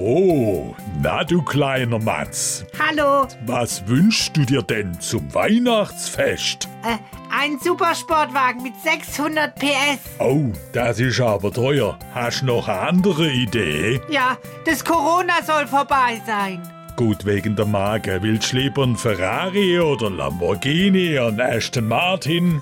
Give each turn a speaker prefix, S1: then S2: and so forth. S1: Oh, na du kleiner Matz,
S2: Hallo,
S1: was wünschst du dir denn zum Weihnachtsfest?
S2: äh, ein Supersportwagen mit 600 PS.
S1: Oh, das ist aber teuer. Hast noch eine andere Idee?
S2: Ja, das Corona soll vorbei sein.
S1: Gut, wegen der Marke. Willst du lieber einen Ferrari oder einen Lamborghini, einen Aston Martin?